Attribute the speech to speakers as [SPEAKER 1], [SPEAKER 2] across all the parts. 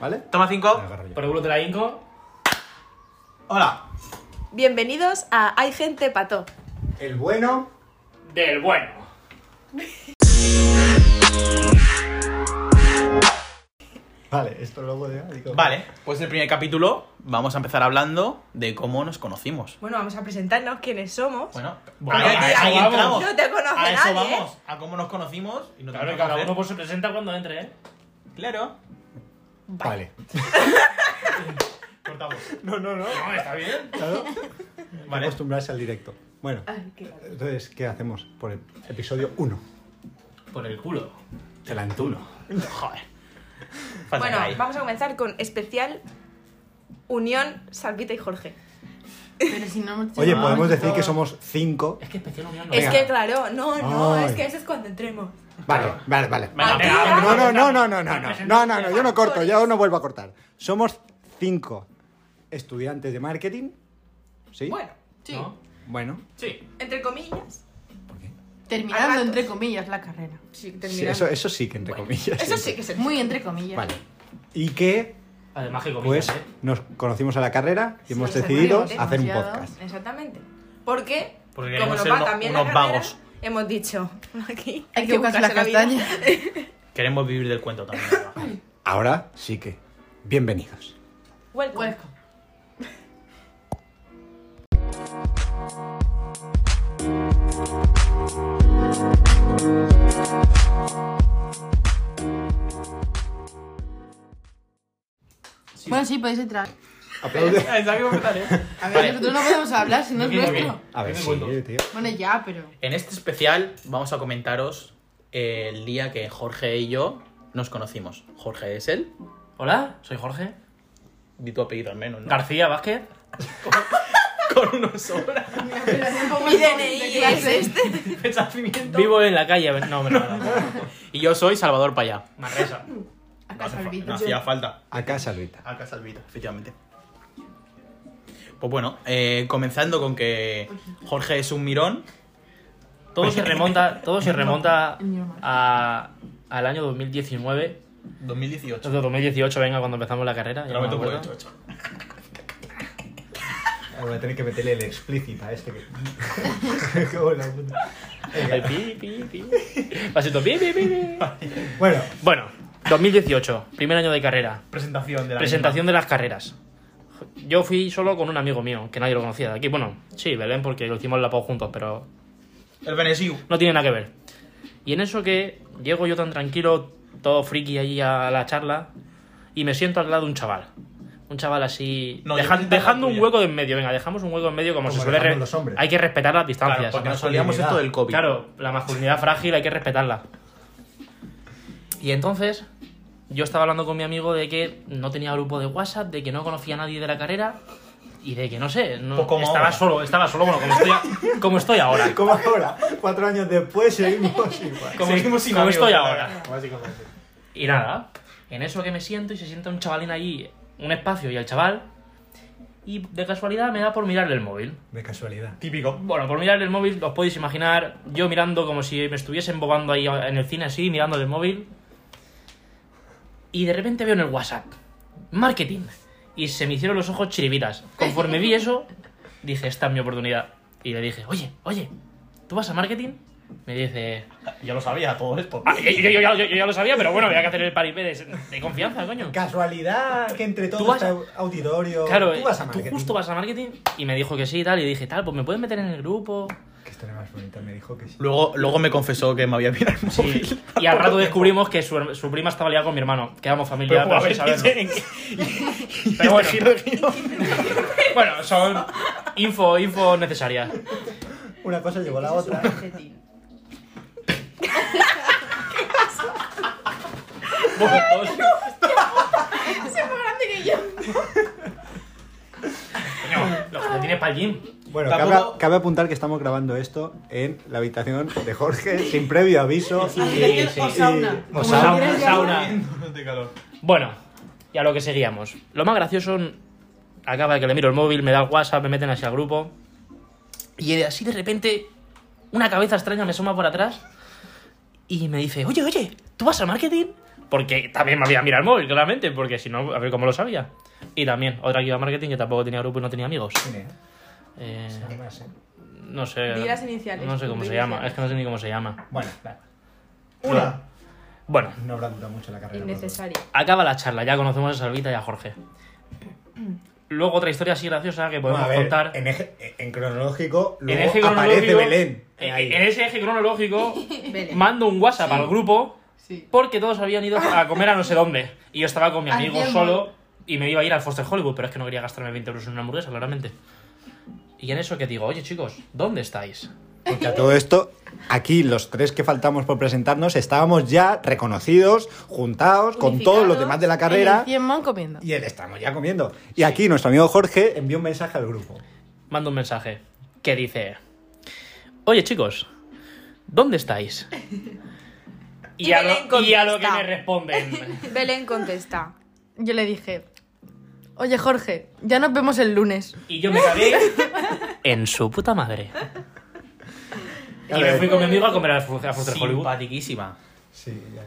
[SPEAKER 1] ¿Vale?
[SPEAKER 2] Toma cinco.
[SPEAKER 1] Me agarro yo.
[SPEAKER 3] Por el culo te la inco.
[SPEAKER 1] Hola,
[SPEAKER 4] Bienvenidos a Hay gente pato.
[SPEAKER 1] el bueno.
[SPEAKER 3] Del bueno.
[SPEAKER 1] Vale, esto luego de. digo-
[SPEAKER 2] Vale, pues el primer capítulo vamos a empezar hablando de cómo nos conocimos.
[SPEAKER 4] Bueno, vamos a presentarnos quiénes somos.
[SPEAKER 2] Bueno,
[SPEAKER 3] Bueno,
[SPEAKER 2] ahí,
[SPEAKER 3] a
[SPEAKER 2] ahí
[SPEAKER 3] eso vamos.
[SPEAKER 2] entramos.
[SPEAKER 4] No te conoce
[SPEAKER 2] A eso
[SPEAKER 4] nadie. ¿eh?
[SPEAKER 2] vamos, a cómo nos conocimos y no
[SPEAKER 3] Claro,
[SPEAKER 2] tenemos
[SPEAKER 3] que
[SPEAKER 2] que
[SPEAKER 3] cada
[SPEAKER 2] hacer.
[SPEAKER 3] uno pues, se presenta cuando entre, ¿eh?
[SPEAKER 2] Claro.
[SPEAKER 1] Vale.
[SPEAKER 3] Cortamos.
[SPEAKER 1] No, no, no.
[SPEAKER 3] No, está bien.
[SPEAKER 1] Claro.
[SPEAKER 2] Vale.
[SPEAKER 1] Acostumbrarse al directo. Bueno,
[SPEAKER 4] Ay, qué-
[SPEAKER 1] entonces, ¿qué hacemos por el episodio 1?
[SPEAKER 3] Por el culo.
[SPEAKER 1] Te la entuno.
[SPEAKER 2] Joder. Falta
[SPEAKER 4] Bueno,
[SPEAKER 2] que hay.
[SPEAKER 4] vamos a comenzar con especial Unión Salvita y Jorge.
[SPEAKER 5] Pero si no hemos
[SPEAKER 1] Oye,
[SPEAKER 5] no,
[SPEAKER 1] podemos
[SPEAKER 5] no,
[SPEAKER 1] decir
[SPEAKER 5] no.
[SPEAKER 1] que somos 5.
[SPEAKER 3] Es que especial unión no.
[SPEAKER 4] Es
[SPEAKER 1] Venga.
[SPEAKER 4] que claro, no, no,
[SPEAKER 1] Ay.
[SPEAKER 4] es que eso es cuando entremos.
[SPEAKER 1] Vale, vale, vale.
[SPEAKER 3] Venga,
[SPEAKER 4] Aquí
[SPEAKER 3] venga,
[SPEAKER 4] ya.
[SPEAKER 1] No, no, no, no, no, no, no,
[SPEAKER 3] Presenta-
[SPEAKER 1] no, no, no, yo no corto, yo no vuelvo a cortar. Somos cinco estudiantes de marketing, ¿sí?
[SPEAKER 4] Bueno,
[SPEAKER 5] Sí.
[SPEAKER 3] ¿No?
[SPEAKER 1] Bueno,
[SPEAKER 3] Sí.
[SPEAKER 4] entre comillas.
[SPEAKER 5] Terminando,
[SPEAKER 4] Al rato.
[SPEAKER 5] entre comillas, la carrera.
[SPEAKER 4] Sí,
[SPEAKER 1] sí,
[SPEAKER 4] terminamos.
[SPEAKER 1] eso, eso sí que entre comillas.
[SPEAKER 4] Eso sí que es el-
[SPEAKER 5] Muy entre comillas.
[SPEAKER 1] Vale. Y que,
[SPEAKER 3] Además que comillas,
[SPEAKER 1] pues,
[SPEAKER 3] ¿eh?
[SPEAKER 1] nos conocimos a la carrera y hemos
[SPEAKER 4] Sí,
[SPEAKER 1] decidido
[SPEAKER 4] exactamente.
[SPEAKER 1] hacer un
[SPEAKER 5] Demasiado.
[SPEAKER 1] podcast.
[SPEAKER 4] Exactamente. Porque,
[SPEAKER 2] Porque
[SPEAKER 4] como
[SPEAKER 2] queremos
[SPEAKER 4] nos
[SPEAKER 2] ser
[SPEAKER 4] va
[SPEAKER 2] uno-
[SPEAKER 4] también
[SPEAKER 2] unos
[SPEAKER 4] la carrera,
[SPEAKER 2] vagos.
[SPEAKER 4] hemos dicho aquí
[SPEAKER 5] Hay que buscarse la
[SPEAKER 4] vida.
[SPEAKER 5] castaña.
[SPEAKER 2] Queremos vivir del cuento también. ¿no?
[SPEAKER 1] Ahora sí que, bienvenidos.
[SPEAKER 4] Welcome.
[SPEAKER 5] Huesco. Bueno, sí, podéis entrar.
[SPEAKER 1] Aplaude.
[SPEAKER 5] A ver,
[SPEAKER 2] Vale.
[SPEAKER 5] nosotros no podemos hablar si no es
[SPEAKER 3] Yo creo que-
[SPEAKER 5] nuestro.
[SPEAKER 1] A ver,
[SPEAKER 3] Yo me
[SPEAKER 1] sí,
[SPEAKER 3] cuento.
[SPEAKER 1] tío.
[SPEAKER 5] Bueno, ya, pero.
[SPEAKER 2] En este especial vamos a comentaros el día que Jorge y yo nos conocimos. Jorge es él.
[SPEAKER 3] Hola, soy Jorge.
[SPEAKER 2] Di tu apellido al menos, ¿no?
[SPEAKER 3] García Vázquez.
[SPEAKER 2] Con unos sobra.
[SPEAKER 4] Mi DNI es este.
[SPEAKER 2] Fecha de nacimiento.
[SPEAKER 3] Vivo en la calle. No, no, no.
[SPEAKER 2] Y yo soy Salvador Payá.
[SPEAKER 3] Marresa.
[SPEAKER 5] A
[SPEAKER 2] No hace
[SPEAKER 5] casa
[SPEAKER 2] fa-
[SPEAKER 5] olvida.
[SPEAKER 2] no hacía falta.
[SPEAKER 1] Acá saludita.
[SPEAKER 2] Acá Salvita, efectivamente. Pues bueno, eh, comenzando con que Jorge es un mirón.
[SPEAKER 3] Todo se remonta, todo se remonta
[SPEAKER 5] No.
[SPEAKER 3] a, al año 2019.
[SPEAKER 2] 2018.
[SPEAKER 3] Desde 2018, venga, cuando empezamos la carrera. ya
[SPEAKER 2] Ahora me
[SPEAKER 3] no me
[SPEAKER 2] toco
[SPEAKER 3] acuerdo.
[SPEAKER 2] el chocho.
[SPEAKER 1] Voy a tener que meterle el explícita a este que. Qué buena puta.
[SPEAKER 3] El pi, pi, pi. Pasito pi, pi, pi, pi.
[SPEAKER 1] Bueno,
[SPEAKER 3] Bueno, 2018, primer año de carrera.
[SPEAKER 2] Presentación de la
[SPEAKER 3] Presentación de las carreras. Yo fui solo con un amigo mío, que nadie lo conocía de aquí. Bueno, sí, Belén, porque lo hicimos en la PAU juntos, pero
[SPEAKER 2] El Benesiu.
[SPEAKER 3] no tiene nada que ver. Y en eso que llego yo tan tranquilo, todo friki allí a la charla, y me siento al lado de un chaval. Un chaval así.
[SPEAKER 2] No, yo
[SPEAKER 3] deja-
[SPEAKER 2] me siento al
[SPEAKER 3] dejando
[SPEAKER 2] lado
[SPEAKER 3] un
[SPEAKER 2] tuyo.
[SPEAKER 3] hueco de en medio, venga, dejamos un hueco en medio como,
[SPEAKER 1] Como
[SPEAKER 3] se suele.
[SPEAKER 1] dejamos
[SPEAKER 3] re-
[SPEAKER 1] los hombres.
[SPEAKER 3] Hay que respetar las distancias.
[SPEAKER 2] Claro, porque
[SPEAKER 1] la
[SPEAKER 2] nos olvidamos
[SPEAKER 1] masculinidad.
[SPEAKER 2] esto del COVID.
[SPEAKER 3] Claro, la masculinidad frágil hay que respetarla. Y entonces, yo estaba hablando con mi amigo de que no tenía grupo de WhatsApp, de que no conocía a nadie de la carrera y de que no sé, no,
[SPEAKER 2] Pues como
[SPEAKER 3] estaba
[SPEAKER 2] ahora.
[SPEAKER 3] solo, estaba solo, bueno, como estoy, a- como estoy ahora.
[SPEAKER 1] como ahora, cuatro años después seguimos igual.
[SPEAKER 3] Como,
[SPEAKER 2] Seguimos sin
[SPEAKER 3] como
[SPEAKER 2] amigos,
[SPEAKER 3] estoy
[SPEAKER 2] claro.
[SPEAKER 3] ahora. Y nada, en eso que me siento y se sienta un chavalín allí, un espacio y el chaval, y de casualidad me da por mirarle el móvil.
[SPEAKER 1] De casualidad.
[SPEAKER 2] Típico.
[SPEAKER 3] Bueno, por mirar el móvil, os podéis imaginar yo mirando como si me estuviese embobando ahí en el cine así, mirando el móvil. Y de repente veo en el WhatsApp, marketing. Y se me hicieron los ojos chiribitas. Conforme vi eso, dije, esta es mi oportunidad. Y le dije, oye, oye, ¿tú vas a marketing? Me dice,
[SPEAKER 2] Ya lo sabía todo esto.
[SPEAKER 3] "Ah, yo, yo- yo ya- yo- yo ya lo sabía, pero bueno, había que hacer el paripé de, de confianza, coño.
[SPEAKER 1] Casualidad que entre
[SPEAKER 3] Tú vas
[SPEAKER 1] todos auditorio.
[SPEAKER 3] Claro,
[SPEAKER 1] tú vas a
[SPEAKER 3] eh,
[SPEAKER 1] marketing.
[SPEAKER 3] justo vas a marketing. Y me dijo que sí y tal. Y dije, tal, pues me puedes meter en el grupo.
[SPEAKER 1] Que esta era más bonita, me dijo que sí.
[SPEAKER 2] Luego, luego me confesó que me había mirado el
[SPEAKER 3] Sí,
[SPEAKER 2] móvil.
[SPEAKER 3] Y al rato descubrimos que su, su prima estaba liada con mi hermano. Quedamos familia,
[SPEAKER 2] Pero,
[SPEAKER 3] pero,
[SPEAKER 2] a ver,
[SPEAKER 3] sin saberlo.
[SPEAKER 2] ¿en qué-
[SPEAKER 3] Pero bueno,
[SPEAKER 2] giro, giro.
[SPEAKER 3] bueno, son info, info necesarias.
[SPEAKER 1] Una cosa llevó a la otra.
[SPEAKER 3] Vosotros-
[SPEAKER 5] Es más grande que yo.
[SPEAKER 3] Coño, los que tienes para el gym.
[SPEAKER 1] Bueno,
[SPEAKER 2] Tampoco-
[SPEAKER 1] cabe, cabe apuntar que estamos grabando esto en la habitación de Jorge, sin previo aviso.
[SPEAKER 3] Sí, sí.
[SPEAKER 5] O sauna.
[SPEAKER 1] O
[SPEAKER 5] como
[SPEAKER 1] sauna,
[SPEAKER 5] lo quieras llamar.
[SPEAKER 3] sauna.
[SPEAKER 2] De calor.
[SPEAKER 3] Bueno, y a lo que seguíamos. Lo más gracioso, acaba de que le miro el móvil, me da el WhatsApp, me meten hacia el grupo. Y así de repente, una cabeza extraña me asoma por atrás y me dice, oye, oye, ¿tú vas a marketing? Porque también me había mirado el móvil, claramente, porque si no, a ver cómo lo sabía. Y también, otra que iba a marketing que tampoco tenía grupo y no tenía amigos. Eh, no sé.
[SPEAKER 4] Di las iniciales,
[SPEAKER 3] No sé
[SPEAKER 4] tus
[SPEAKER 3] cómo se
[SPEAKER 4] iniciales.
[SPEAKER 3] llama, es que no sé ni cómo se llama.
[SPEAKER 1] Bueno, claro. Una.
[SPEAKER 3] Bueno,
[SPEAKER 1] No habrá durado mucho la
[SPEAKER 2] pues
[SPEAKER 1] carrera.
[SPEAKER 4] Innecesaria.
[SPEAKER 3] acaba la charla, ya conocemos a Salvita y a Jorge. Luego otra historia así graciosa que
[SPEAKER 1] por
[SPEAKER 3] podemos
[SPEAKER 1] favor. No, a ver,
[SPEAKER 3] contar.
[SPEAKER 1] en, eje- en cronológico,
[SPEAKER 3] En
[SPEAKER 1] luego
[SPEAKER 3] eje
[SPEAKER 1] aparece
[SPEAKER 3] cronológico-
[SPEAKER 1] Belén.
[SPEAKER 3] en-
[SPEAKER 1] Ahí.
[SPEAKER 3] en ese eje cronológico
[SPEAKER 5] Belén.
[SPEAKER 3] mando un WhatsApp
[SPEAKER 5] Sí.
[SPEAKER 3] al grupo
[SPEAKER 5] Sí.
[SPEAKER 3] porque todos habían ido a comer a no sé dónde. Y yo estaba con mi amigo
[SPEAKER 5] Haciendo-
[SPEAKER 3] solo y me iba a ir al Foster Hollywood, pero es que no quería gastarme 20 euros en una hamburguesa, claramente. Y en eso que digo, oye chicos, ¿dónde estáis?
[SPEAKER 1] Porque a todo esto, aquí los tres que faltamos por presentarnos estábamos ya reconocidos, juntados, con todos los demás de la carrera.
[SPEAKER 5] Y en man comiendo.
[SPEAKER 1] Y él estamos ya comiendo. Y aquí nuestro amigo Jorge envió un mensaje al grupo.
[SPEAKER 3] Mando un mensaje que dice, oye chicos, ¿dónde estáis?
[SPEAKER 4] Y
[SPEAKER 3] Y a
[SPEAKER 4] Belén
[SPEAKER 3] lo, y a lo que
[SPEAKER 4] contesta.
[SPEAKER 3] me responden.
[SPEAKER 4] Belén contesta.
[SPEAKER 5] Yo le dije, oye Jorge, ya nos vemos el lunes.
[SPEAKER 3] Y yo me cagué en su puta madre.
[SPEAKER 1] A
[SPEAKER 3] Y me
[SPEAKER 1] ver.
[SPEAKER 3] fui con mi amigo a comer a Foster Hollywood.
[SPEAKER 2] Simpatiquísima.
[SPEAKER 1] Sí, ya.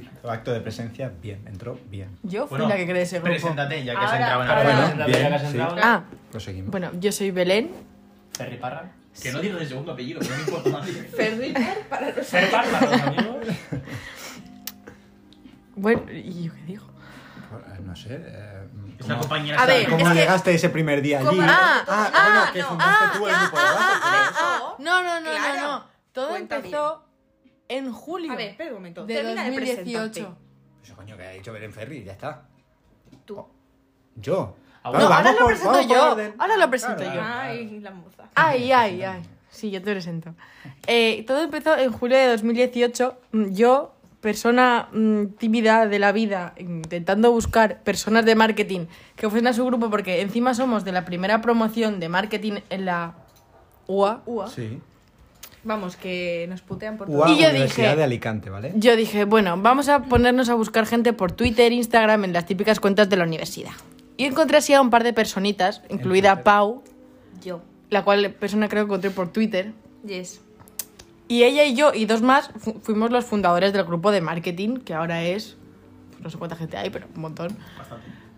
[SPEAKER 1] hizo Acto de presencia, bien, entró bien.
[SPEAKER 5] Yo fui
[SPEAKER 2] Bueno,
[SPEAKER 5] la que creé ese grupo.
[SPEAKER 2] Preséntate, ya que se
[SPEAKER 4] Ahora-
[SPEAKER 2] entraba en
[SPEAKER 1] Ah,
[SPEAKER 2] la
[SPEAKER 4] ahora-
[SPEAKER 1] Bueno,
[SPEAKER 2] rueda.
[SPEAKER 3] La
[SPEAKER 1] bien,
[SPEAKER 3] primera que has
[SPEAKER 1] sí.
[SPEAKER 3] entrado,
[SPEAKER 5] Ah,
[SPEAKER 1] Lo seguimos.
[SPEAKER 5] bueno, yo soy Belén.
[SPEAKER 3] Ferry Parra.
[SPEAKER 2] Que no digas el segundo apellido, que no me importa nadie.
[SPEAKER 4] Ferri para los
[SPEAKER 3] Ferry Parra, los amigos.
[SPEAKER 5] Bueno, ¿y yo qué digo?
[SPEAKER 1] No sé. eh,
[SPEAKER 2] Es una
[SPEAKER 1] ¿cómo-
[SPEAKER 2] compañera.
[SPEAKER 4] A ver.
[SPEAKER 1] ¿Cómo
[SPEAKER 4] es que-
[SPEAKER 1] llegaste ese primer día allí?
[SPEAKER 4] ¿Cómo?
[SPEAKER 5] Ah,
[SPEAKER 4] ah,
[SPEAKER 1] bueno, que
[SPEAKER 4] no,
[SPEAKER 1] fundaste tú el grupo de WhatsApp.
[SPEAKER 5] No, no, no,
[SPEAKER 4] Claro.
[SPEAKER 5] no, no. Todo
[SPEAKER 4] Cuenta
[SPEAKER 5] empezó en julio
[SPEAKER 4] A ver, espera un momento.
[SPEAKER 5] de
[SPEAKER 4] Termina de
[SPEAKER 5] 2018.
[SPEAKER 4] presentarte.
[SPEAKER 5] ah.
[SPEAKER 1] Eso, coño, que ha dicho Belén Ferri, ya está. Oh,
[SPEAKER 4] Tú.
[SPEAKER 1] Yo.
[SPEAKER 3] Ah,
[SPEAKER 1] Claro,
[SPEAKER 3] bueno,
[SPEAKER 1] vamos
[SPEAKER 5] ahora lo
[SPEAKER 1] por-
[SPEAKER 5] presento
[SPEAKER 1] vamos por
[SPEAKER 5] yo,
[SPEAKER 1] orden.
[SPEAKER 5] ahora lo presento
[SPEAKER 1] Claro,
[SPEAKER 5] yo.
[SPEAKER 1] claro.
[SPEAKER 4] Ay, la moza.
[SPEAKER 5] Ay, ay, ay. Sí, yo te presento. Eh, todo empezó en julio de 2018. Mm, Yo, persona mm, tímida de la vida, intentando buscar personas de marketing que fuesen a su grupo, porque encima somos de la primera promoción de marketing en la UA.
[SPEAKER 1] Sí.
[SPEAKER 4] Vamos, que nos putean por
[SPEAKER 1] UA,
[SPEAKER 5] Y yo
[SPEAKER 1] Universidad
[SPEAKER 5] dije-
[SPEAKER 1] de Alicante, ¿vale?
[SPEAKER 5] Yo dije, bueno, vamos a ponernos a buscar gente por Twitter, Instagram, en las típicas cuentas de la universidad. Y encontré así a un par de personitas, incluida
[SPEAKER 1] Twitter.
[SPEAKER 5] Pau,
[SPEAKER 4] Yo.
[SPEAKER 5] la cual persona creo que encontré por Twitter.
[SPEAKER 4] Yes.
[SPEAKER 5] Y ella y yo y dos más fu- fuimos los fundadores del grupo de marketing, que ahora es. No sé cuánta gente hay, pero un montón.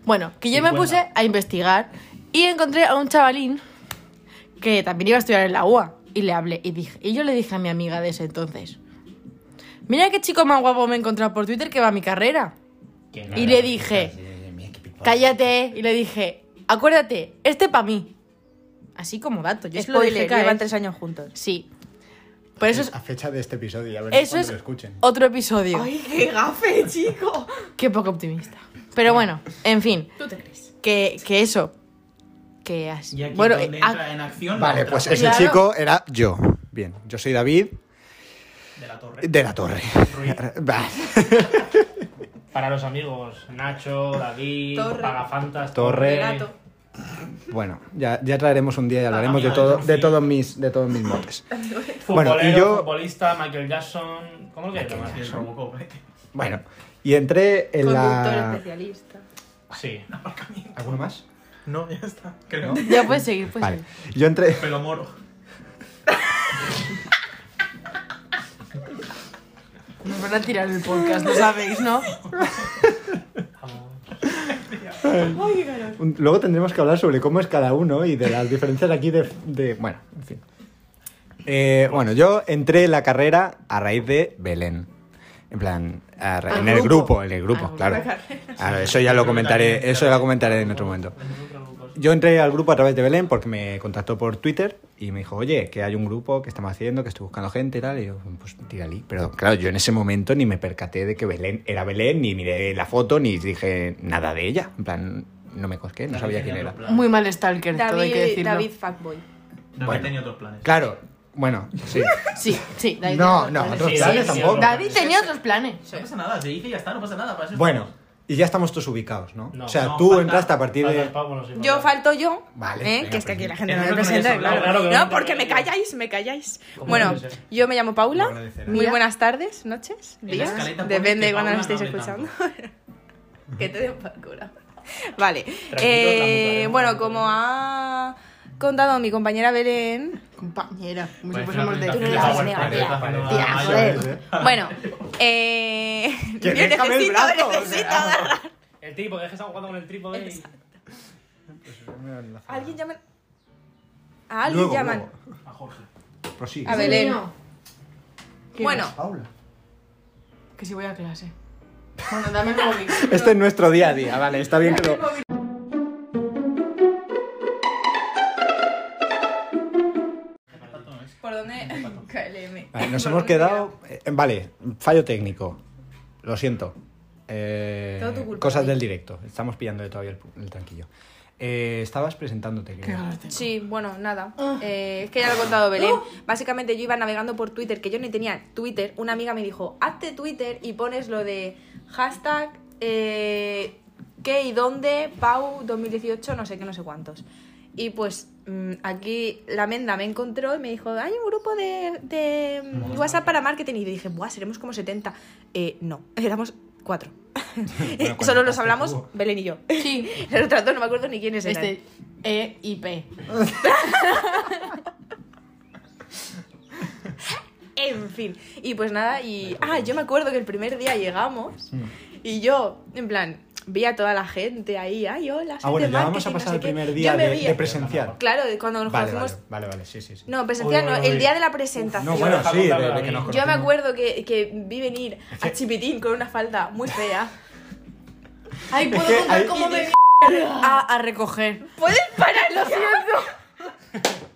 [SPEAKER 5] Bueno, que yo me
[SPEAKER 2] 50.
[SPEAKER 5] puse a investigar y encontré a un chavalín que también iba a estudiar en la UA. Y le hablé y dije. Y yo le dije a mi amiga de ese entonces: Mira qué chico más guapo me he encontrado por Twitter que va a mi carrera. Y le dije, Cállate. Y le dije: Acuérdate, este para mí. Así como dato. Yo se lo dije
[SPEAKER 4] Spoiler,
[SPEAKER 5] cada
[SPEAKER 4] llevan
[SPEAKER 5] vez.
[SPEAKER 4] tres años juntos.
[SPEAKER 5] Sí. Por eso es
[SPEAKER 1] A fecha de este episodio, ya veremos
[SPEAKER 5] eso
[SPEAKER 1] cuando
[SPEAKER 5] es
[SPEAKER 1] lo escuchen.
[SPEAKER 5] otro episodio.
[SPEAKER 4] qué gafe, chico.
[SPEAKER 5] Qué poco optimista. Pero bueno, en fin,
[SPEAKER 4] ¿Tú te crees?
[SPEAKER 5] que, que eso. Que así.
[SPEAKER 2] Y aquí
[SPEAKER 5] Bueno,
[SPEAKER 2] donde
[SPEAKER 5] eh,
[SPEAKER 2] entra
[SPEAKER 5] ah,
[SPEAKER 2] en acción. la
[SPEAKER 1] Vale,
[SPEAKER 2] otra
[SPEAKER 1] pues
[SPEAKER 2] parte
[SPEAKER 1] ese
[SPEAKER 5] Claro.
[SPEAKER 1] chico era yo. Bien, yo soy David
[SPEAKER 2] De la torre.
[SPEAKER 1] de la Torre. Bah,
[SPEAKER 3] Para los amigos, Nacho, David,
[SPEAKER 4] Torre.
[SPEAKER 3] Pagafantas,
[SPEAKER 1] Torre.
[SPEAKER 4] Gato.
[SPEAKER 1] bueno, ya, ya traeremos un día y hablaremos de
[SPEAKER 2] mira,
[SPEAKER 1] todo, de
[SPEAKER 2] sí.
[SPEAKER 1] todos mis, de todos mis motes.
[SPEAKER 3] Futbolero,
[SPEAKER 1] Bueno, y yo-
[SPEAKER 3] futbolista, Michael Jackson. ¿Cómo lo que
[SPEAKER 2] Más que el Robocop, eh.
[SPEAKER 1] Bueno, y entré en
[SPEAKER 4] Conductor
[SPEAKER 1] la.
[SPEAKER 4] especialista.
[SPEAKER 3] Sí.
[SPEAKER 1] ¿Alguno más?
[SPEAKER 2] No, ya está. Creo.
[SPEAKER 5] Ya puedes seguir, pues.
[SPEAKER 1] Vale. Yo entré.
[SPEAKER 2] Pelo moro.
[SPEAKER 5] Nos van a tirar el podcast, lo sabéis, ¿no?
[SPEAKER 1] un- Luego tendremos que hablar sobre cómo es cada uno y de las diferencias aquí de. de- bueno, en fin. Eh, bueno, yo entré en la carrera a raíz de Belén. En plan, a ra-
[SPEAKER 5] Al
[SPEAKER 1] en el
[SPEAKER 5] grupo.
[SPEAKER 1] grupo, en el grupo,
[SPEAKER 5] Al
[SPEAKER 1] claro. Ahora, eso ya lo comentaré, eso ya lo comentaré en otro momento. Yo entré al grupo a través de Belén porque me contactó por Twitter y me dijo, oye, que hay un grupo que estamos haciendo, que estoy buscando gente y tal. Y yo, pues tírale. Pero claro, yo en ese momento ni me percaté de que Belén era Belén, ni miré la foto, ni dije nada de ella. En plan, no me cosqué, no sabía quién era.
[SPEAKER 5] Muy mal stalker, todo hay que
[SPEAKER 4] David,
[SPEAKER 5] decirlo.
[SPEAKER 4] David Fatboy.
[SPEAKER 2] David
[SPEAKER 1] Bueno.
[SPEAKER 2] tenía otros planes.
[SPEAKER 1] Claro, bueno, sí.
[SPEAKER 5] Sí, sí, David.
[SPEAKER 1] No,
[SPEAKER 5] tenía
[SPEAKER 1] no,
[SPEAKER 5] otros
[SPEAKER 1] otros
[SPEAKER 3] Sí,
[SPEAKER 5] planes.
[SPEAKER 1] planes
[SPEAKER 3] sí, sí,
[SPEAKER 1] tampoco.
[SPEAKER 3] otros.
[SPEAKER 5] David tenía otros planes.
[SPEAKER 2] No pasa nada, se dije y ya está, no pasa nada. para eso-
[SPEAKER 1] Bueno, y ya estamos todos ubicados, ¿no?
[SPEAKER 3] No,
[SPEAKER 1] o sea,
[SPEAKER 2] no,
[SPEAKER 1] tú
[SPEAKER 2] falta-
[SPEAKER 1] entraste a partir
[SPEAKER 3] Falta
[SPEAKER 1] de...
[SPEAKER 3] el pavo, no sé,
[SPEAKER 4] Yo
[SPEAKER 3] falta-
[SPEAKER 4] falto yo.
[SPEAKER 1] Vale,
[SPEAKER 4] ¿eh?
[SPEAKER 1] venga,
[SPEAKER 4] que es que
[SPEAKER 1] pues,
[SPEAKER 4] aquí la gente
[SPEAKER 2] eso
[SPEAKER 4] no
[SPEAKER 2] es
[SPEAKER 4] me
[SPEAKER 2] lo que me
[SPEAKER 4] presenta,
[SPEAKER 2] habéis hablado,
[SPEAKER 4] claro.
[SPEAKER 3] claro que no.
[SPEAKER 4] no, porque me calláis, me calláis.
[SPEAKER 3] ¿Cómo
[SPEAKER 4] Bueno,
[SPEAKER 3] puede ser?
[SPEAKER 4] yo me llamo
[SPEAKER 1] Lo
[SPEAKER 4] Paula.
[SPEAKER 1] agradecerás.
[SPEAKER 4] Muy buenas tardes, noches,
[SPEAKER 2] la
[SPEAKER 4] días.
[SPEAKER 2] escaleta pone
[SPEAKER 4] Depende
[SPEAKER 2] que
[SPEAKER 4] de cuándo
[SPEAKER 2] Paula
[SPEAKER 4] nos estéis
[SPEAKER 2] no hable
[SPEAKER 4] escuchando. que te den por culo. Vale.
[SPEAKER 3] Tranquilos,
[SPEAKER 4] Eh,
[SPEAKER 3] la mutaremos,
[SPEAKER 4] bueno,
[SPEAKER 3] la mutaremos.
[SPEAKER 4] como ha contado a mi compañera Belén.
[SPEAKER 5] Compañera, como si
[SPEAKER 2] Parece
[SPEAKER 5] fuésemos
[SPEAKER 2] una
[SPEAKER 5] de-
[SPEAKER 4] Tú Pues no
[SPEAKER 2] presentación
[SPEAKER 4] eras
[SPEAKER 2] de
[SPEAKER 4] negra,
[SPEAKER 2] PowerPoint, parece
[SPEAKER 4] tía.
[SPEAKER 5] Tía,
[SPEAKER 2] una
[SPEAKER 5] joder.
[SPEAKER 2] mayor.
[SPEAKER 4] Bueno, eh.
[SPEAKER 1] Que déjame el brazo, o sea.
[SPEAKER 4] agarrar.
[SPEAKER 3] El trípode, es que estamos jugando con el trípode. y-
[SPEAKER 4] Alguien llama. A alguien
[SPEAKER 1] Luego,
[SPEAKER 4] llaman.
[SPEAKER 1] luego.
[SPEAKER 3] A Jorge.
[SPEAKER 1] Prosigue.
[SPEAKER 4] A
[SPEAKER 5] Sí,
[SPEAKER 4] Belén.
[SPEAKER 5] no. ¿Qué
[SPEAKER 4] Bueno,
[SPEAKER 1] Paula.
[SPEAKER 5] Que si voy a clase. Bueno, dame el móvil.
[SPEAKER 1] Este es nuestro día a día, vale, está bien que lo...
[SPEAKER 4] ¿por dónde? KLM.
[SPEAKER 1] Vale, nos
[SPEAKER 4] ¿Por
[SPEAKER 1] hemos
[SPEAKER 4] dónde
[SPEAKER 1] quedado... eh, vale, fallo técnico. Lo siento. Eh,
[SPEAKER 4] Todo tu culpa,
[SPEAKER 1] cosas
[SPEAKER 4] David.
[SPEAKER 1] del directo. Estamos pillándole todavía el, pu- el tranquillo. Eh, estabas presentándote,
[SPEAKER 5] Qué
[SPEAKER 1] creo.
[SPEAKER 5] ganas tengo.
[SPEAKER 4] Sí, bueno, nada. Eh, es que ya lo he contado Belén. Básicamente yo iba navegando por Twitter, que yo ni tenía Twitter. Una amiga me dijo, hazte Twitter y pones lo de hashtag eh, qué y dónde, Pau 2018, no sé qué, no sé cuántos. Y pues mm, aquí la menda me encontró y me dijo, hay un grupo de, de, mm, WhatsApp para marketing. Y dije, buah, seremos como 70. Eh, no, éramos cuatro.
[SPEAKER 1] cuando
[SPEAKER 4] Solo los
[SPEAKER 1] entraste
[SPEAKER 4] hablamos
[SPEAKER 1] tú.
[SPEAKER 4] Belén y yo.
[SPEAKER 5] Sí.
[SPEAKER 4] Los otros dos no me acuerdo ni quiénes eran.
[SPEAKER 5] Este, E y P.
[SPEAKER 4] En fin. Y pues nada, y. Ah, yo me acuerdo Mm. que el primer día llegamos y yo, en plan, vi a toda la gente ahí. Ay, hola, soy
[SPEAKER 1] Ah, bueno,
[SPEAKER 4] de
[SPEAKER 1] ya vamos
[SPEAKER 4] marketing,
[SPEAKER 1] a pasar
[SPEAKER 4] no sé
[SPEAKER 1] al
[SPEAKER 4] qué".
[SPEAKER 1] primer
[SPEAKER 4] Yo
[SPEAKER 1] día
[SPEAKER 4] me
[SPEAKER 1] de,
[SPEAKER 4] vi-
[SPEAKER 1] de presencial.
[SPEAKER 4] Claro, cuando nos
[SPEAKER 1] Vale,
[SPEAKER 4] conocimos.
[SPEAKER 1] vale, vale, vale, sí, sí, sí.
[SPEAKER 4] No, presencial
[SPEAKER 2] Uy,
[SPEAKER 4] no,
[SPEAKER 2] uy, uy.
[SPEAKER 4] el día de la presentación.
[SPEAKER 1] No, bueno,
[SPEAKER 2] Deja
[SPEAKER 1] sí, de,
[SPEAKER 2] contarlo
[SPEAKER 1] de que
[SPEAKER 2] a mí.
[SPEAKER 1] nos
[SPEAKER 4] yo me
[SPEAKER 1] conocimos.
[SPEAKER 4] acuerdo que, que vi venir a Chipitín con una falda muy fea.
[SPEAKER 5] Ay, puedo
[SPEAKER 1] que
[SPEAKER 5] contar
[SPEAKER 1] ahí-
[SPEAKER 5] cómo me vi a, a recoger.
[SPEAKER 4] ¿Puedes parar? Lo siento.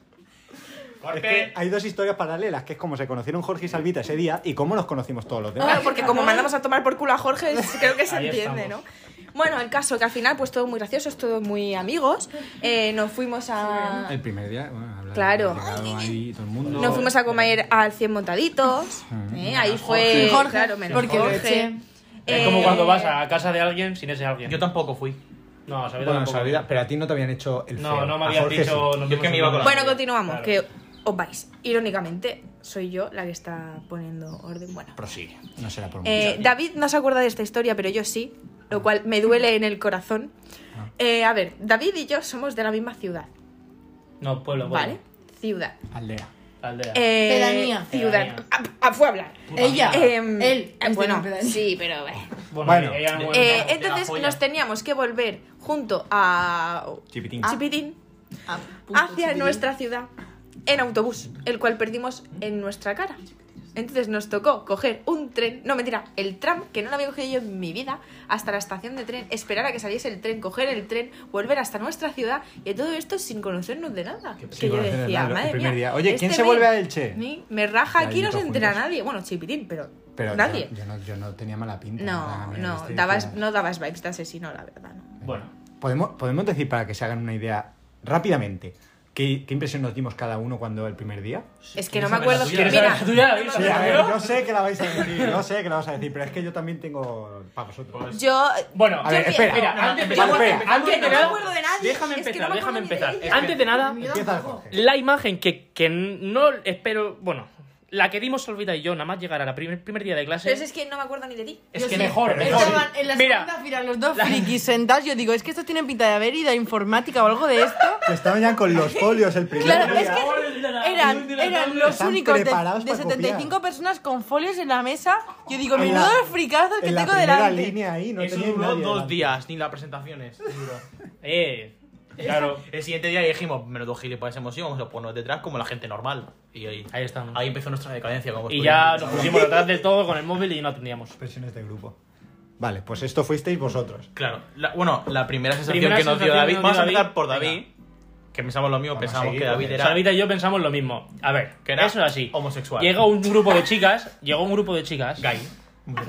[SPEAKER 1] Es que hay dos historias paralelas, que es cómo se conocieron Jorge y Salvita ese día y cómo nos conocimos todos los demás.
[SPEAKER 4] Bueno, porque como mandamos a tomar por culo a Jorge, creo que se
[SPEAKER 2] Ahí
[SPEAKER 4] entiende, ¿no?
[SPEAKER 2] estamos.
[SPEAKER 4] Bueno, el caso que al final, pues todo muy gracioso, todo muy amigos. Eh, nos fuimos a.
[SPEAKER 1] El primer día, bueno, hablar-
[SPEAKER 4] Ah. Claro.
[SPEAKER 1] llegado ahí todo el mundo.
[SPEAKER 4] Nos fuimos a comer al 100 montaditos. ¿eh? Ahí
[SPEAKER 2] Sí,
[SPEAKER 4] fue.
[SPEAKER 5] Jorge,
[SPEAKER 4] claro, menos
[SPEAKER 5] porque
[SPEAKER 4] Jorge.
[SPEAKER 5] leche.
[SPEAKER 3] Es
[SPEAKER 4] Eh,
[SPEAKER 3] como cuando vas a casa de alguien sin ese alguien.
[SPEAKER 2] Yo tampoco fui.
[SPEAKER 3] No, sabes
[SPEAKER 1] Bueno, Salvita, pero a ti no te habían hecho el
[SPEAKER 3] No,
[SPEAKER 1] feo.
[SPEAKER 3] no me
[SPEAKER 1] A
[SPEAKER 3] habías
[SPEAKER 1] Jorge
[SPEAKER 3] dicho.
[SPEAKER 1] sí.
[SPEAKER 3] nos
[SPEAKER 2] Yo es que
[SPEAKER 3] vemos
[SPEAKER 2] me
[SPEAKER 3] en
[SPEAKER 2] iba con
[SPEAKER 3] una
[SPEAKER 2] la
[SPEAKER 3] playa.
[SPEAKER 4] Bueno, continuamos,
[SPEAKER 3] Claro.
[SPEAKER 4] que os vais. Irónicamente, soy yo la que está poniendo orden. Bueno.
[SPEAKER 1] Prosigue, no será por mucho.
[SPEAKER 4] Eh, David no se acuerda de esta historia, pero yo sí, lo cual me duele en el corazón. Eh, a ver, David y yo somos de la misma ciudad,
[SPEAKER 3] No, pueblo, pueblo.
[SPEAKER 4] ¿vale? Ciudad.
[SPEAKER 1] Aldea.
[SPEAKER 3] La aldea.
[SPEAKER 4] Eh,
[SPEAKER 5] Pedanía.
[SPEAKER 4] Ciudad.
[SPEAKER 3] Pedanía.
[SPEAKER 4] A, a- fue a hablar.
[SPEAKER 3] Puta
[SPEAKER 5] Ella,
[SPEAKER 3] mierda.
[SPEAKER 4] Em,
[SPEAKER 5] él.
[SPEAKER 4] eh,
[SPEAKER 5] es de
[SPEAKER 4] bueno,
[SPEAKER 5] mi pedanía.
[SPEAKER 4] sí, pero. eh.
[SPEAKER 3] Bueno,
[SPEAKER 1] Bueno.
[SPEAKER 3] ella
[SPEAKER 2] Eh,
[SPEAKER 3] no
[SPEAKER 4] Eh,
[SPEAKER 2] de la
[SPEAKER 4] entonces
[SPEAKER 2] joya.
[SPEAKER 4] nos teníamos que volver junto a
[SPEAKER 1] Chipitín.
[SPEAKER 4] Chipitín
[SPEAKER 5] Ah, punto,
[SPEAKER 4] hacia
[SPEAKER 5] chiquitín.
[SPEAKER 4] nuestra ciudad en autobús, el cual perdimos en nuestra cara. Entonces nos tocó coger un tren, no mentira, el tram, que no lo había cogido yo en mi vida, hasta la estación de tren, esperar a que saliese el tren, coger el tren, volver hasta nuestra ciudad y todo esto sin conocernos de nada.
[SPEAKER 1] sin
[SPEAKER 4] Que yo
[SPEAKER 1] conocernos de
[SPEAKER 4] decía,
[SPEAKER 1] nada, el
[SPEAKER 4] madre
[SPEAKER 1] primer
[SPEAKER 4] mía,
[SPEAKER 1] día, "Oye, ¿quién
[SPEAKER 4] este
[SPEAKER 1] se
[SPEAKER 4] me-
[SPEAKER 1] vuelve a Elche?"
[SPEAKER 4] ¿Sí? Me raja
[SPEAKER 1] Y
[SPEAKER 4] aquí,
[SPEAKER 1] ahí
[SPEAKER 4] no se
[SPEAKER 1] todos
[SPEAKER 4] entera
[SPEAKER 1] juntos.
[SPEAKER 4] nadie. Bueno, Chipitín, pero,
[SPEAKER 1] Pero
[SPEAKER 4] nadie.
[SPEAKER 1] Yo, yo no, yo no tenía mala pinta. nada,
[SPEAKER 4] no,
[SPEAKER 1] mira,
[SPEAKER 4] no,
[SPEAKER 1] este
[SPEAKER 4] dabas,
[SPEAKER 1] decía-
[SPEAKER 4] no dabas vibes de asesino, la verdad, no.
[SPEAKER 2] Bueno,
[SPEAKER 1] ¿Podemos, podemos decir para que se hagan una idea rápidamente qué, qué impresión nos dimos cada uno cuando el primer día.
[SPEAKER 4] Es que no
[SPEAKER 2] ¿Quieres
[SPEAKER 4] me
[SPEAKER 2] saber
[SPEAKER 4] acuerdo.
[SPEAKER 2] la tuya?
[SPEAKER 3] ¿Quieres
[SPEAKER 4] Mira,
[SPEAKER 3] saber la tuya, David?
[SPEAKER 4] no me
[SPEAKER 1] Sí,
[SPEAKER 4] acuerdo.
[SPEAKER 1] a ver, yo sé que la vais a decir, yo sé que la vas a decir, pero es que yo también tengo para vosotros.
[SPEAKER 2] Pues-
[SPEAKER 4] Yo.
[SPEAKER 3] Bueno,
[SPEAKER 1] A ver,
[SPEAKER 4] Yo
[SPEAKER 1] espera.
[SPEAKER 3] mira,
[SPEAKER 4] no,
[SPEAKER 3] antes,
[SPEAKER 1] empezamos-
[SPEAKER 3] vamos-
[SPEAKER 1] espera,
[SPEAKER 3] antes de
[SPEAKER 4] que no me
[SPEAKER 3] nada-
[SPEAKER 4] acuerdo de nadie.
[SPEAKER 2] Déjame
[SPEAKER 4] es que
[SPEAKER 2] empezar,
[SPEAKER 4] no me acuerdo
[SPEAKER 2] déjame
[SPEAKER 4] ni de
[SPEAKER 2] empezar.
[SPEAKER 4] ella.
[SPEAKER 3] Antes de nada,
[SPEAKER 1] Empieza el Jorge.
[SPEAKER 3] la imagen que, que no espero. Bueno, la que dimos Solvita y yo, nada más llegar a la primer, primer día de clase.
[SPEAKER 4] Pero si es que no me acuerdo ni de ti.
[SPEAKER 2] es
[SPEAKER 5] Yo
[SPEAKER 2] que
[SPEAKER 5] sí.
[SPEAKER 2] mejor,
[SPEAKER 1] Pero
[SPEAKER 2] mejor.
[SPEAKER 5] Estaban en la
[SPEAKER 3] Mira.
[SPEAKER 5] segunda fila los dos frikis sentados. Yo digo, es que estos tienen pinta de haber ido a informática o algo de esto.
[SPEAKER 1] Que estaban ya con los folios el primer
[SPEAKER 5] Claro,
[SPEAKER 1] día.
[SPEAKER 5] es
[SPEAKER 1] "Ah,
[SPEAKER 5] que eran, eran los
[SPEAKER 1] Están
[SPEAKER 5] únicos de,
[SPEAKER 1] preparados
[SPEAKER 5] de
[SPEAKER 1] para
[SPEAKER 5] 75
[SPEAKER 1] copiar.
[SPEAKER 5] personas con folios en la mesa. Yo digo,
[SPEAKER 1] En
[SPEAKER 5] menudo
[SPEAKER 1] la-
[SPEAKER 5] los fricazos que
[SPEAKER 1] en la
[SPEAKER 5] tengo
[SPEAKER 1] primera
[SPEAKER 5] delante.
[SPEAKER 1] línea ahí no
[SPEAKER 2] Eso
[SPEAKER 1] tenía
[SPEAKER 2] duró
[SPEAKER 1] nadie
[SPEAKER 2] dos
[SPEAKER 1] delante.
[SPEAKER 2] días, ni las presentaciones. Duró.
[SPEAKER 3] Eh, claro.
[SPEAKER 2] El siguiente día dijimos, menos dos gilipollas hemos ido, vamos a ponernos detrás como la gente normal. Y ahí,
[SPEAKER 3] Ahí estamos.
[SPEAKER 2] ahí empezó nuestra decadencia.
[SPEAKER 1] pues,
[SPEAKER 2] Como
[SPEAKER 3] Y ya nos
[SPEAKER 2] estudiantes.
[SPEAKER 3] pusimos detrás del todo con el móvil y no atendíamos.
[SPEAKER 1] Expresiones de grupo. Vale, pues esto fuisteis vosotros.
[SPEAKER 2] Claro, la- bueno, la primera sensación
[SPEAKER 3] Primera
[SPEAKER 2] que nos dio
[SPEAKER 3] sensación
[SPEAKER 2] David.
[SPEAKER 3] que nos
[SPEAKER 2] Vamos a
[SPEAKER 3] dio
[SPEAKER 2] empezar
[SPEAKER 3] David.
[SPEAKER 2] por David, que pensamos lo mismo,
[SPEAKER 1] Vamos a
[SPEAKER 2] pensamos
[SPEAKER 1] seguir
[SPEAKER 2] que
[SPEAKER 1] con
[SPEAKER 2] David
[SPEAKER 1] él.
[SPEAKER 2] era.
[SPEAKER 3] Salvita y yo pensamos lo mismo. A ver,
[SPEAKER 2] Que era
[SPEAKER 3] eso es así.
[SPEAKER 2] homosexual.
[SPEAKER 3] Llegó un grupo de chicas, llegó un grupo de chicas.
[SPEAKER 2] Gay.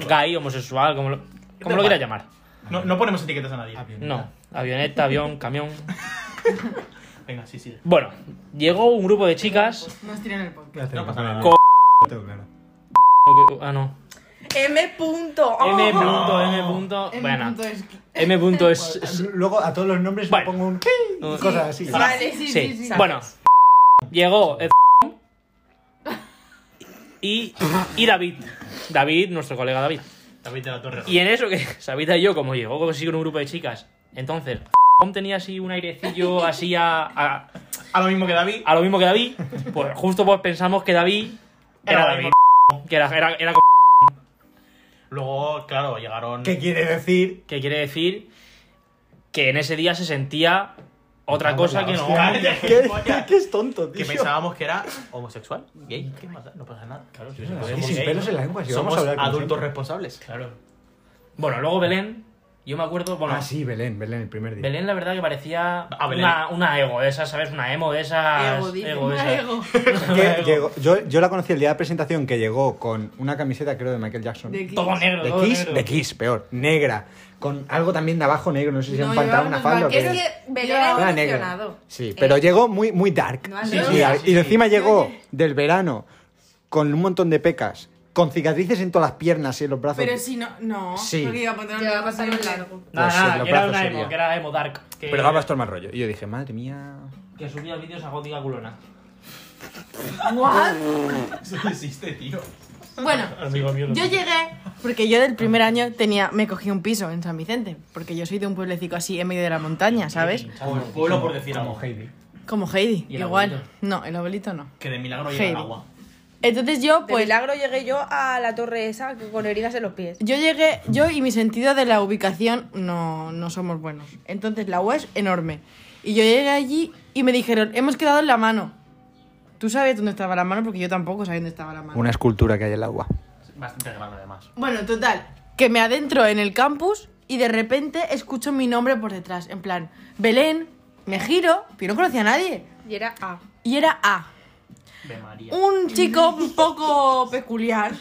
[SPEAKER 3] Gay, homosexual, como lo, como lo quieras llamar.
[SPEAKER 2] No, no ponemos etiquetas a nadie.
[SPEAKER 1] Ah,
[SPEAKER 3] No, avioneta, avión, camión.
[SPEAKER 2] Venga, sí, sí.
[SPEAKER 3] Bueno, llegó un grupo de chicas.
[SPEAKER 5] Nos tiran el podcast.
[SPEAKER 1] Voy a hacer
[SPEAKER 2] No pasa nada.
[SPEAKER 1] con el- Claro.
[SPEAKER 3] Ah, no.
[SPEAKER 4] M. Punto. Oh.
[SPEAKER 3] M. Punto, M. Punto.
[SPEAKER 5] El
[SPEAKER 3] Bueno,
[SPEAKER 5] punto es que-
[SPEAKER 3] M. Punto
[SPEAKER 2] Pues,
[SPEAKER 3] es.
[SPEAKER 1] Luego a todos los nombres
[SPEAKER 3] Vale.
[SPEAKER 1] le pongo un
[SPEAKER 3] No,
[SPEAKER 1] cosas así.
[SPEAKER 4] Vale.
[SPEAKER 5] Sí, sí, sí.
[SPEAKER 3] Sí, bueno. Llegó el y, y David. David, nuestro colega David.
[SPEAKER 2] David de la Torre.
[SPEAKER 3] Y en eso que Sabita y yo, como "Oh, llegó como si con un grupo de chicas, entonces tenía así un airecillo así a, a-
[SPEAKER 2] A lo mismo que David.
[SPEAKER 1] Ah.
[SPEAKER 3] a lo mismo que David, pues justo pues pensamos que David era,
[SPEAKER 2] Era
[SPEAKER 3] David.
[SPEAKER 2] David.
[SPEAKER 3] Que era, era- era-
[SPEAKER 2] Luego, claro, llegaron.
[SPEAKER 1] ¿Qué quiere decir?
[SPEAKER 3] que quiere decir que en ese día se sentía otra
[SPEAKER 2] Ah,
[SPEAKER 3] cosa
[SPEAKER 2] la
[SPEAKER 3] que no.
[SPEAKER 2] hostia.
[SPEAKER 1] ¿Qué,
[SPEAKER 2] Gilipollas.
[SPEAKER 1] qué es tonto, tío?
[SPEAKER 2] Que pensábamos que era homosexual, gay, ¿qué pasa? No pasa nada. Claro, si
[SPEAKER 1] Claro,
[SPEAKER 2] somos
[SPEAKER 1] sí, sin
[SPEAKER 2] gays,
[SPEAKER 1] pelos
[SPEAKER 2] ¿no?
[SPEAKER 1] en la lengua, si vamos
[SPEAKER 2] Somos
[SPEAKER 1] a hablar como
[SPEAKER 2] adultos
[SPEAKER 1] siempre.
[SPEAKER 2] responsables. Claro.
[SPEAKER 3] Bueno, luego Belén, yo me acuerdo, bueno,
[SPEAKER 1] Ah, sí, Belén, Belén, el primer día.
[SPEAKER 3] Belén la verdad que parecía
[SPEAKER 2] A Belén.
[SPEAKER 3] una, una ego de esas, ¿sabes? Una emo de esas.
[SPEAKER 4] Ego, dice.
[SPEAKER 3] de
[SPEAKER 5] Una
[SPEAKER 3] esas.
[SPEAKER 5] ego.
[SPEAKER 1] Que llegó- yo, yo la conocí el día de presentación que llegó con una camiseta, creo, de Michael Jackson.
[SPEAKER 5] De-
[SPEAKER 3] Todo negro,
[SPEAKER 1] De
[SPEAKER 3] todo
[SPEAKER 1] Kiss,
[SPEAKER 3] negro.
[SPEAKER 1] de Kiss, peor, negra, con algo también de abajo negro, no sé si era
[SPEAKER 5] No,
[SPEAKER 1] un pantalón,
[SPEAKER 5] llevaba
[SPEAKER 1] una falda
[SPEAKER 5] unos
[SPEAKER 1] o qué
[SPEAKER 4] Es
[SPEAKER 1] era.
[SPEAKER 5] vaqueros.
[SPEAKER 4] que Belén
[SPEAKER 5] Yo-
[SPEAKER 4] ha
[SPEAKER 1] Era
[SPEAKER 4] evolucionado.
[SPEAKER 1] negra. Sí, pero
[SPEAKER 4] Eh,
[SPEAKER 1] llegó muy, muy dark.
[SPEAKER 4] No,
[SPEAKER 1] Sí,
[SPEAKER 4] no,
[SPEAKER 1] sí,
[SPEAKER 4] no,
[SPEAKER 1] dark.
[SPEAKER 2] sí.
[SPEAKER 1] Y encima llegó
[SPEAKER 5] Yo-
[SPEAKER 1] del verano con un montón de pecas, con cicatrices en todas las piernas y en los brazos.
[SPEAKER 5] Pero si no, no.
[SPEAKER 1] Sí.
[SPEAKER 5] Porque iba a poner
[SPEAKER 4] Llevaba
[SPEAKER 5] un pantalón
[SPEAKER 4] pantalón
[SPEAKER 5] largo.
[SPEAKER 3] Nada,
[SPEAKER 1] Pues
[SPEAKER 3] nada,
[SPEAKER 1] en los
[SPEAKER 3] que era
[SPEAKER 1] brazos
[SPEAKER 3] una
[SPEAKER 1] sería.
[SPEAKER 3] emo, que era emo dark. Que,
[SPEAKER 1] Pero dabas todo el mal rollo. Y yo dije, madre mía.
[SPEAKER 3] que subía vídeos a gótica culona.
[SPEAKER 2] Eso existe, tío.
[SPEAKER 5] Bueno,
[SPEAKER 3] Amigo mío.
[SPEAKER 5] yo llegué porque yo del primer año tenía, me cogí un piso en San Vicente. Porque yo soy de un pueblecito así en medio de la montaña, ¿sabes?
[SPEAKER 2] O el pueblo, por decir algo.
[SPEAKER 1] Heidi.
[SPEAKER 5] Como Heidi,
[SPEAKER 3] ¿Y el
[SPEAKER 5] igual.
[SPEAKER 3] abuelito?
[SPEAKER 5] No, el abuelito no.
[SPEAKER 2] Que de milagro llega el
[SPEAKER 5] Heidi.
[SPEAKER 2] agua.
[SPEAKER 5] Entonces yo,
[SPEAKER 4] De
[SPEAKER 5] pues,
[SPEAKER 4] milagro llegué yo a la torre esa con heridas en los pies.
[SPEAKER 5] yo llegué, yo y mi sentido de la ubicación no, no somos buenos. Entonces la UA es enorme. Y yo llegué allí y me dijeron, hemos quedado en la mano. Tú sabes dónde estaba la mano porque yo tampoco sabía dónde estaba la mano.
[SPEAKER 1] Una escultura que hay en el agua.
[SPEAKER 2] Bastante grande, además.
[SPEAKER 5] Bueno, total, que me adentro en el campus y de repente escucho mi nombre por detrás, en plan, Belén, me giro, pero no conocía a nadie.
[SPEAKER 4] Y era A.
[SPEAKER 5] Y era A,
[SPEAKER 2] De María.
[SPEAKER 5] un chico un poco peculiar,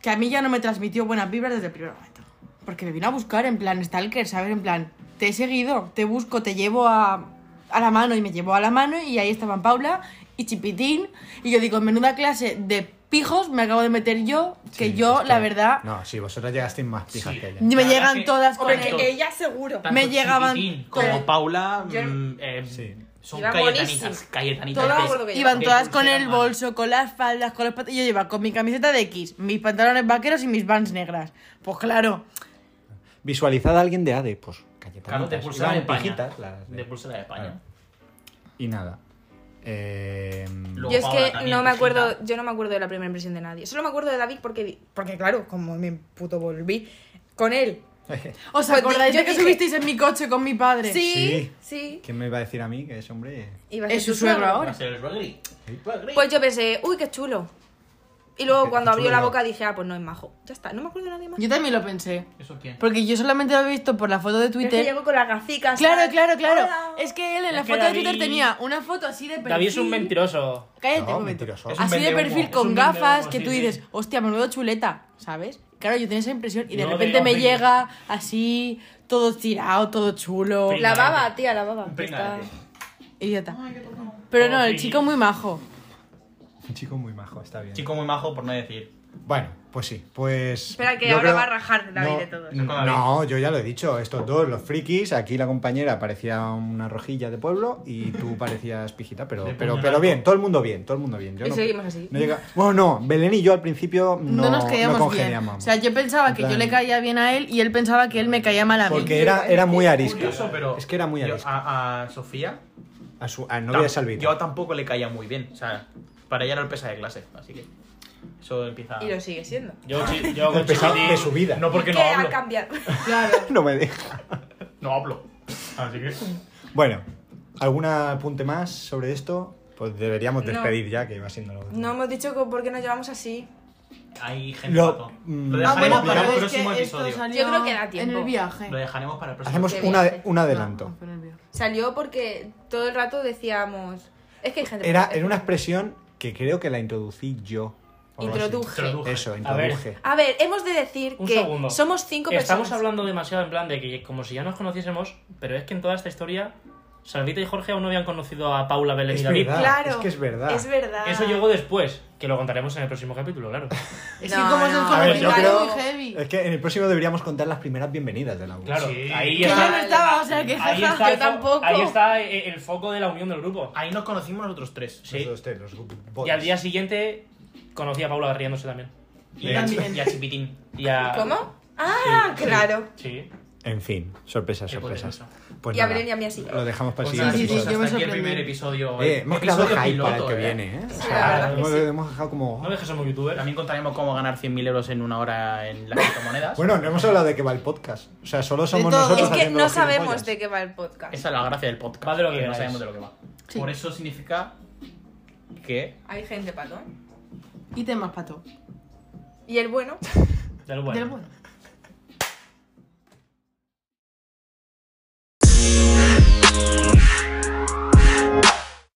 [SPEAKER 5] que a mí ya no me transmitió buenas vibras desde el primer momento. Porque me vino a buscar, en plan, Stalker, ¿sabes? En plan, te he seguido, te busco, te llevo a, a la mano y me llevó a la mano y ahí estaban Paula y Chipitín. Y yo digo, menuda clase de pijos me acabo de meter yo, que
[SPEAKER 1] Sí,
[SPEAKER 5] yo,
[SPEAKER 1] es
[SPEAKER 5] la verdad...
[SPEAKER 1] No, sí, vosotras llegasteis más fijas
[SPEAKER 2] Sí.
[SPEAKER 1] que ella.
[SPEAKER 5] Me
[SPEAKER 2] La verdad
[SPEAKER 5] llegan
[SPEAKER 2] que-
[SPEAKER 5] todas con
[SPEAKER 2] Hombre,
[SPEAKER 5] el-
[SPEAKER 2] que-
[SPEAKER 4] ella seguro.
[SPEAKER 2] Tanto
[SPEAKER 5] me llegaban-
[SPEAKER 2] Chiquitín
[SPEAKER 5] con-
[SPEAKER 2] Como Paula.
[SPEAKER 4] Yo-
[SPEAKER 2] mm, eh,
[SPEAKER 1] Sí.
[SPEAKER 2] Son
[SPEAKER 4] Iba
[SPEAKER 2] cayetanitas.
[SPEAKER 4] buenísimo.
[SPEAKER 2] Cayetanitas.
[SPEAKER 4] Todo
[SPEAKER 2] que-
[SPEAKER 4] lo que
[SPEAKER 5] Iban
[SPEAKER 2] que
[SPEAKER 5] todas con
[SPEAKER 2] pulseras
[SPEAKER 5] el
[SPEAKER 2] mal.
[SPEAKER 5] bolso, con las faldas, con los pat- y Yo llevaba con mi camiseta de X, mis pantalones vaqueros y mis vans negras. Pues claro,
[SPEAKER 1] Visualizad a alguien de ADE, pues
[SPEAKER 2] Claro,
[SPEAKER 1] Cayetanitas.
[SPEAKER 2] de pulsera de
[SPEAKER 1] Iban
[SPEAKER 2] España.
[SPEAKER 1] pijitas las de- Ah.
[SPEAKER 2] De pulsera de España.
[SPEAKER 1] Y nada. Eh,
[SPEAKER 2] Luego-
[SPEAKER 4] Yo es
[SPEAKER 2] Paola
[SPEAKER 4] que
[SPEAKER 2] también,
[SPEAKER 4] no me acuerdo,
[SPEAKER 2] cosita.
[SPEAKER 4] yo no me acuerdo de la primera impresión de nadie. Solo me acuerdo de David porque, di- porque claro, como me puto volví con él.
[SPEAKER 5] ¿os
[SPEAKER 4] Pues di-
[SPEAKER 5] acordáis
[SPEAKER 4] yo
[SPEAKER 5] de que
[SPEAKER 4] dije-
[SPEAKER 5] subisteis en mi coche con mi padre?
[SPEAKER 4] Sí, sí.
[SPEAKER 1] ¿Quién me iba a decir a mí que ese hombre?
[SPEAKER 4] Iba a
[SPEAKER 5] Es
[SPEAKER 4] ser tu
[SPEAKER 5] su suegro
[SPEAKER 4] suegro.
[SPEAKER 5] ahora.
[SPEAKER 2] Va a ser el Ruegri. Ruegri.
[SPEAKER 4] Pues yo pensé, uy, qué chulo. Y luego
[SPEAKER 1] Qué
[SPEAKER 4] cuando abrió
[SPEAKER 1] chulo,
[SPEAKER 4] la
[SPEAKER 1] ¿no?
[SPEAKER 4] boca dije, ah, pues no es majo. Ya está, no me acuerdo de nadie más.
[SPEAKER 5] Yo también lo pensé.
[SPEAKER 2] ¿Eso quién?
[SPEAKER 5] Porque yo solamente lo he visto por la foto de
[SPEAKER 4] Pero es que
[SPEAKER 5] Twitter.
[SPEAKER 4] llegó con las gaficas.
[SPEAKER 5] Claro,
[SPEAKER 4] ¿sabes?
[SPEAKER 5] claro, claro.
[SPEAKER 4] Hola.
[SPEAKER 5] Es que él en la
[SPEAKER 3] Es que
[SPEAKER 5] foto de
[SPEAKER 3] David-
[SPEAKER 5] Twitter tenía una foto así de perfil.
[SPEAKER 3] David es un mentiroso.
[SPEAKER 5] Cállate,
[SPEAKER 1] No,
[SPEAKER 5] un momento.
[SPEAKER 1] mentiroso. Es
[SPEAKER 2] un
[SPEAKER 5] Así de
[SPEAKER 2] vendehumo.
[SPEAKER 5] perfil
[SPEAKER 2] Es
[SPEAKER 5] con
[SPEAKER 2] un
[SPEAKER 5] gafas
[SPEAKER 2] vendehumo,
[SPEAKER 5] que
[SPEAKER 2] sí,
[SPEAKER 5] tú
[SPEAKER 2] sí.
[SPEAKER 5] dices, hostia, menudo chuleta, ¿sabes? Claro, yo tenía esa impresión y de
[SPEAKER 3] No
[SPEAKER 5] repente me
[SPEAKER 3] digas,
[SPEAKER 5] llega así, todo tirado, todo chulo.
[SPEAKER 2] Venga.
[SPEAKER 4] La baba, tía, la baba. que
[SPEAKER 2] Venga,
[SPEAKER 4] está-
[SPEAKER 5] Idiota. Pero no, el chico muy majo.
[SPEAKER 1] Un chico muy majo, está bien.
[SPEAKER 2] Chico muy majo, por no decir.
[SPEAKER 1] Bueno, pues sí, pues.
[SPEAKER 4] Espera, que
[SPEAKER 1] yo
[SPEAKER 4] ahora
[SPEAKER 1] creo-
[SPEAKER 4] va a rajar David
[SPEAKER 1] no,
[SPEAKER 4] de todos.
[SPEAKER 1] No, yo ya lo he dicho, estos dos, los frikis, aquí la compañera parecía una rojilla de pueblo y tú parecías pijita, pero,
[SPEAKER 2] De
[SPEAKER 1] pero,
[SPEAKER 2] puño
[SPEAKER 1] pero
[SPEAKER 2] largo.
[SPEAKER 1] bien, todo el mundo bien, todo el mundo bien. Yo
[SPEAKER 4] Y
[SPEAKER 1] no-
[SPEAKER 4] seguimos así.
[SPEAKER 1] no llega- Bueno, no, Belén y yo al principio no,
[SPEAKER 5] No, nos
[SPEAKER 1] no
[SPEAKER 5] caíamos bien.
[SPEAKER 1] congeniábamos.
[SPEAKER 5] O sea, yo pensaba
[SPEAKER 1] En
[SPEAKER 5] que
[SPEAKER 1] plan-
[SPEAKER 5] yo le caía bien a él y él pensaba que él me caía mal a mí.
[SPEAKER 1] Porque era, era muy arisca.
[SPEAKER 2] Curioso, pero
[SPEAKER 1] Es que era muy
[SPEAKER 2] yo
[SPEAKER 1] arisca.
[SPEAKER 2] a, a Sofía.
[SPEAKER 1] A su a novia de
[SPEAKER 2] tam-
[SPEAKER 1] Salvito.
[SPEAKER 2] Yo tampoco le caía muy bien. O sea, para ella era el pesa de clase. Así que. Eso empieza.
[SPEAKER 4] Y lo sigue siendo.
[SPEAKER 3] Yo, chi- yo con
[SPEAKER 1] El pesado
[SPEAKER 3] Chiquitín-
[SPEAKER 1] de su vida.
[SPEAKER 2] No porque
[SPEAKER 4] Es
[SPEAKER 2] no
[SPEAKER 4] que ha
[SPEAKER 2] hablo.
[SPEAKER 4] cambiado.
[SPEAKER 1] no me deja.
[SPEAKER 2] No hablo. Así que.
[SPEAKER 1] Bueno, ¿algún apunte más sobre esto? Pues deberíamos
[SPEAKER 4] No.
[SPEAKER 1] despedir ya, que iba siendo lo que-
[SPEAKER 4] No hemos dicho por qué nos llevamos así.
[SPEAKER 2] Hay gente.
[SPEAKER 1] Lo-
[SPEAKER 2] pato.
[SPEAKER 1] mm.
[SPEAKER 2] Lo
[SPEAKER 1] Ah,
[SPEAKER 2] dejaremos
[SPEAKER 1] bueno,
[SPEAKER 2] para
[SPEAKER 1] pero
[SPEAKER 2] el
[SPEAKER 1] es
[SPEAKER 2] próximo episodio.
[SPEAKER 4] Yo creo que da tiempo.
[SPEAKER 5] En el viaje.
[SPEAKER 2] Lo dejaremos para el próximo
[SPEAKER 1] Hacemos
[SPEAKER 4] Qué
[SPEAKER 1] una-
[SPEAKER 4] viaje.
[SPEAKER 1] un adelanto.
[SPEAKER 5] No, fue en el viaje.
[SPEAKER 4] Salió porque todo el rato decíamos. Es que hay gente.
[SPEAKER 1] Era, era una expresión que creo que la introducí yo. o algo así.
[SPEAKER 4] Introduje.
[SPEAKER 2] Introduje.
[SPEAKER 1] Eso,
[SPEAKER 3] A ver.
[SPEAKER 1] introduje.
[SPEAKER 4] A ver, hemos de decir
[SPEAKER 3] Un
[SPEAKER 4] que
[SPEAKER 3] segundo.
[SPEAKER 4] somos cinco personas.
[SPEAKER 3] Estamos hablando demasiado en plan de que como si ya nos conociésemos, pero es que en toda esta historia, Salvita y Jorge aún no habían conocido a Paula Belén
[SPEAKER 1] Ah,
[SPEAKER 3] y
[SPEAKER 1] Es
[SPEAKER 3] David.
[SPEAKER 1] verdad.
[SPEAKER 4] Claro.
[SPEAKER 1] Es que es verdad.
[SPEAKER 4] Es verdad.
[SPEAKER 3] Eso llegó después, que lo contaremos en el próximo capítulo, claro.
[SPEAKER 5] Es
[SPEAKER 4] No,
[SPEAKER 5] que como
[SPEAKER 4] no.
[SPEAKER 5] es un
[SPEAKER 1] A ver, yo
[SPEAKER 5] comentario
[SPEAKER 1] creo-
[SPEAKER 5] muy heavy.
[SPEAKER 1] Es que en el próximo deberíamos contar las primeras bienvenidas de la U.
[SPEAKER 3] Claro,
[SPEAKER 2] Sí.
[SPEAKER 3] ahí
[SPEAKER 5] Que yo no
[SPEAKER 3] está,
[SPEAKER 5] estaba, o sea que
[SPEAKER 3] ahí
[SPEAKER 5] jaja,
[SPEAKER 3] está
[SPEAKER 5] yo
[SPEAKER 3] el fo-
[SPEAKER 5] tampoco.
[SPEAKER 3] ahí está e- el, foco de la unión del grupo.
[SPEAKER 2] Ahí nos conocimos nosotros tres.
[SPEAKER 1] Los
[SPEAKER 3] Sí.
[SPEAKER 1] dos, tres, los boys.
[SPEAKER 3] Y al día siguiente conocí a Paula riéndose también.
[SPEAKER 2] Y a, y a Chipitín.
[SPEAKER 3] Y a-
[SPEAKER 4] ¿Cómo? Ah, claro.
[SPEAKER 3] Sí.
[SPEAKER 1] En fin, sorpresas,
[SPEAKER 3] Qué
[SPEAKER 1] sorpresas. Pues
[SPEAKER 4] Y a
[SPEAKER 1] nada,
[SPEAKER 4] Belén y a mí así.
[SPEAKER 1] Lo dejamos para
[SPEAKER 2] Pues
[SPEAKER 1] el
[SPEAKER 2] nada,
[SPEAKER 1] siguiente
[SPEAKER 5] sí, sí,
[SPEAKER 2] chicos,
[SPEAKER 1] episodio.
[SPEAKER 5] yo me
[SPEAKER 2] hasta aquí el
[SPEAKER 5] sorprendí.
[SPEAKER 2] primer episodio.
[SPEAKER 1] Eh,
[SPEAKER 2] el
[SPEAKER 1] hemos creado
[SPEAKER 2] episodio
[SPEAKER 1] hype para el
[SPEAKER 2] piloto,
[SPEAKER 1] que
[SPEAKER 2] eh.
[SPEAKER 1] viene, ¿eh? O
[SPEAKER 4] Sí, la
[SPEAKER 1] sea,
[SPEAKER 4] verdad que
[SPEAKER 1] hemos,
[SPEAKER 4] sí.
[SPEAKER 1] hemos dejado como...
[SPEAKER 3] No dejes somos youtubers.
[SPEAKER 2] También contaremos cómo ganar 100.000 euros en una hora en las criptomonedas.
[SPEAKER 1] Bueno, no hemos hablado de qué va el podcast. O sea, solo somos
[SPEAKER 5] todo.
[SPEAKER 1] nosotros
[SPEAKER 4] Es que
[SPEAKER 1] haciendo
[SPEAKER 4] no
[SPEAKER 1] los
[SPEAKER 4] sabemos
[SPEAKER 1] gilipollas.
[SPEAKER 4] de qué va el podcast.
[SPEAKER 2] Esa es la gracia del podcast.
[SPEAKER 3] Va de lo que
[SPEAKER 2] no
[SPEAKER 3] queráis.
[SPEAKER 2] sabemos de lo que va.
[SPEAKER 5] Sí.
[SPEAKER 2] Por eso significa que
[SPEAKER 4] Hay gente patón.
[SPEAKER 5] Y temas pato.
[SPEAKER 4] Y el bueno.
[SPEAKER 3] Del
[SPEAKER 5] Del
[SPEAKER 3] bueno.
[SPEAKER 5] bueno.